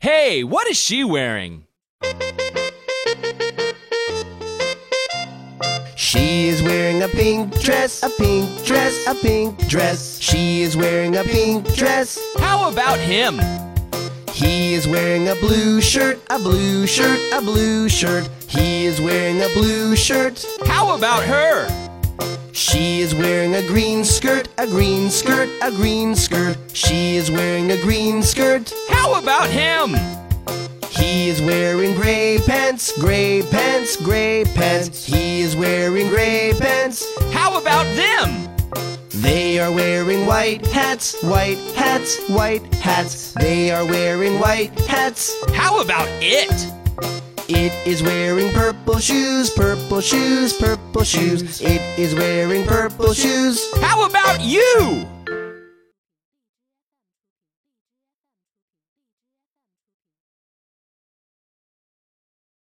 Hey, what is she wearing? She is wearing a pink dress, a pink dress, a pink dress. She is wearing a pink dress. How about him? He is wearing a blue shirt, a blue shirt, a blue shirt. He is wearing a blue shirt. How about her? She is wearing a green skirt, a green skirt, a green skirt. She is wearing a green skirt. How about him? He is wearing gray pants, gray pants, gray pants. He is wearing gray pants. How about them? They are wearing white hats, white hats, white hats. They are wearing white hats. How about it? It is wearing purple shoes, purple shoes, purple shoes. It is wearing purple shoes. How about you?